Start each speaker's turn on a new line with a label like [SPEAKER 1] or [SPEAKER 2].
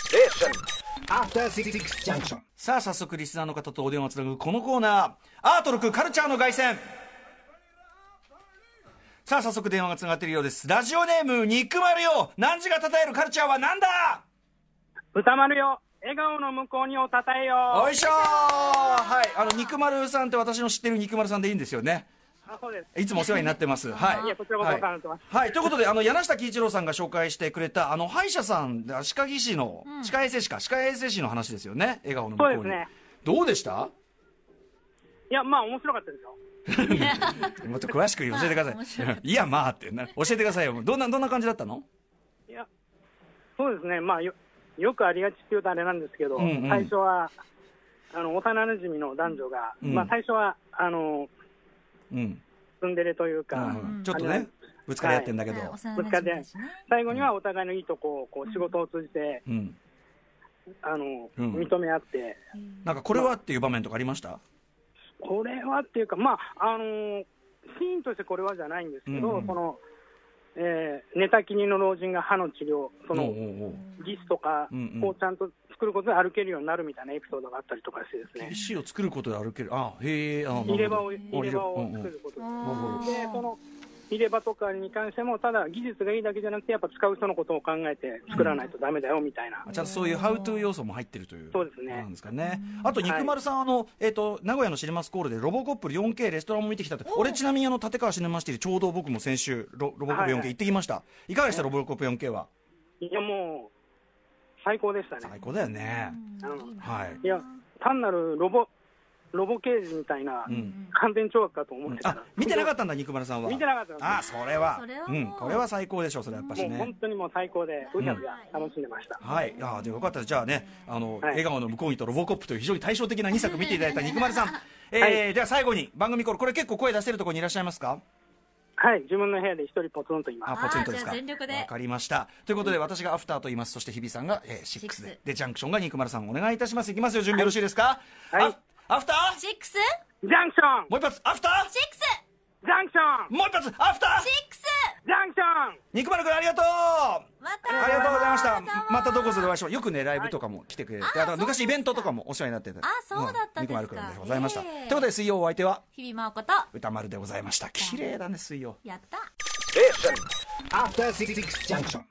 [SPEAKER 1] Station. After Six Junction.
[SPEAKER 2] さあ早速リスナーの方とお電話をつなぐこのコーナーアート6カルチャーの凱旋さあ早速電話がつながっているようですラジオネーム肉丸よ汝が称えるカルチャーは何だ
[SPEAKER 3] 歌丸よ、笑顔の向こうにをたたえよ。
[SPEAKER 2] おいしょーはいあの肉丸さんって私の知ってる肉丸さんでいいんですよね
[SPEAKER 3] あ、そうです。
[SPEAKER 2] いつもお世話になってます。はい。
[SPEAKER 3] いやこちらこそお世話になってます
[SPEAKER 2] はい。はいということで、あの、柳下喜一郎さんが紹介してくれた、あの、歯医者さん、歯科技師の、歯科衛生士か、歯科衛生士の話ですよね。笑顔の向こうに。
[SPEAKER 3] そうですね
[SPEAKER 2] どうでした
[SPEAKER 3] いや、まあ面白かったですよ。
[SPEAKER 2] もっと詳しく教えてください。
[SPEAKER 4] 面白い
[SPEAKER 2] いや、まあってな、教えてくださいよ。どんな、どんな感じだったの
[SPEAKER 3] いや、そうですね。まあよ、よくありがちっていうとあれなんですけど、
[SPEAKER 2] んうん
[SPEAKER 3] 最初は、あの、幼馴染の男女が、
[SPEAKER 2] うん
[SPEAKER 3] まあ最初は、あの、
[SPEAKER 2] うん。
[SPEAKER 3] ツンデレという
[SPEAKER 2] う
[SPEAKER 3] か、
[SPEAKER 2] んちょっとね、ぶつかり合ってんだけど。
[SPEAKER 4] 幼
[SPEAKER 3] ぶ
[SPEAKER 4] 馴
[SPEAKER 3] つか
[SPEAKER 4] 染
[SPEAKER 3] って
[SPEAKER 4] だしね。
[SPEAKER 3] 最後にはお互いのいいとこを、こう、仕事を通じて、
[SPEAKER 2] うん。
[SPEAKER 3] あの、
[SPEAKER 2] うん
[SPEAKER 3] 認め合って、
[SPEAKER 2] なんか、これはっていう場面とかありました
[SPEAKER 3] これはっていうか、まあ、あのシーンとしてこれはじゃないんですけど、
[SPEAKER 2] うんうん
[SPEAKER 3] その、えー寝たきりの老人が歯の治療、その、
[SPEAKER 2] おうおうおう
[SPEAKER 3] ギスとか
[SPEAKER 2] うんうん
[SPEAKER 3] をちゃんと作ることで歩けるようになるみたいなエピソードがあったりとかしてですね、
[SPEAKER 2] 石を作ることで歩ける。あ、へえ、あ、なるほど
[SPEAKER 3] 入れ歯を
[SPEAKER 2] お
[SPEAKER 3] 入れ歯を
[SPEAKER 2] うん
[SPEAKER 3] 作
[SPEAKER 2] うん
[SPEAKER 3] ること
[SPEAKER 4] あ
[SPEAKER 3] で、その入れ歯とかに関しても、ただ技術がいいだけじゃなくて、やっぱ使う人のことを考えて作らないとダメだよみたいな
[SPEAKER 2] あ、ちゃんとそういうハウトゥー要素も入ってるという。
[SPEAKER 3] そうですね
[SPEAKER 2] なんですかね。あと、肉丸さん、あの、えっ、と、名古屋のシネマスコールでロボコップ 4K レストランも見てきたって、俺ちなみにあの、立川シネマシティちょうど僕も先週、ロロボコップ
[SPEAKER 3] はい
[SPEAKER 2] 4K
[SPEAKER 3] はい
[SPEAKER 2] 行ってきました。いかがでした、ロボコップ 4K は。
[SPEAKER 3] いやもう、最高でした
[SPEAKER 2] 最
[SPEAKER 3] ね。
[SPEAKER 2] 高だよね。
[SPEAKER 3] うん
[SPEAKER 2] はい。
[SPEAKER 3] いや、単なるロボロボ刑事みたいな
[SPEAKER 2] うん
[SPEAKER 3] 完全懲悪かと思ってた
[SPEAKER 2] あ
[SPEAKER 3] ら、、
[SPEAKER 2] 見てなかったんだ、肉丸さんは。
[SPEAKER 3] 見てなかったんです
[SPEAKER 2] あ、それは。
[SPEAKER 4] それは
[SPEAKER 2] う、
[SPEAKER 4] もうん
[SPEAKER 2] これは最高でしょう、それやっぱし
[SPEAKER 3] もう
[SPEAKER 2] ね
[SPEAKER 3] 本。当にもう最高で、うひゃうひゃ楽しんでました。
[SPEAKER 2] はい、あーでよかったですじゃあね、あの、
[SPEAKER 3] はい
[SPEAKER 2] 笑顔の向こうにとロボコップという非常に対照的な2作見てい ただいた肉丸さん。えー
[SPEAKER 3] はい
[SPEAKER 2] では最後に番組これ、これ結構声出せるところにいらっしゃいますか
[SPEAKER 3] はい、自分の部屋で一人ポツンといます
[SPEAKER 2] あ、。ポツンとですか。
[SPEAKER 4] あーじゃあ全力で
[SPEAKER 2] わかりました。ということで、私がアフターと言います。そして日比さんが、えー、シックス
[SPEAKER 4] シッ
[SPEAKER 2] で
[SPEAKER 4] ク。ス
[SPEAKER 2] で、ジャンクションが肉丸さんお願いいたします。いきますよ、準備よろしいですか
[SPEAKER 3] はい
[SPEAKER 2] あアフター
[SPEAKER 4] シックス
[SPEAKER 3] ジャンクション
[SPEAKER 2] もう一発アフタ
[SPEAKER 4] シ
[SPEAKER 2] ー
[SPEAKER 4] ックス
[SPEAKER 3] ジャンクション
[SPEAKER 2] もう一発アフター
[SPEAKER 4] シックス
[SPEAKER 3] ジャンクション
[SPEAKER 2] 肉丸くんありがとう
[SPEAKER 4] また
[SPEAKER 2] ありがとうございました
[SPEAKER 4] た。
[SPEAKER 2] またどこぞでお会いしましょう。よくね、ライブとかも来てくれて、あと昔イベントとかもお世話になってた。
[SPEAKER 4] あそうだったんですか
[SPEAKER 2] 肉丸くんでございました。と
[SPEAKER 4] ええ
[SPEAKER 2] いうことで、水曜お相手は
[SPEAKER 4] 日々真央子と
[SPEAKER 2] 歌丸でございました。綺麗だね、水曜。
[SPEAKER 4] やった
[SPEAKER 1] Station. After Six Junction.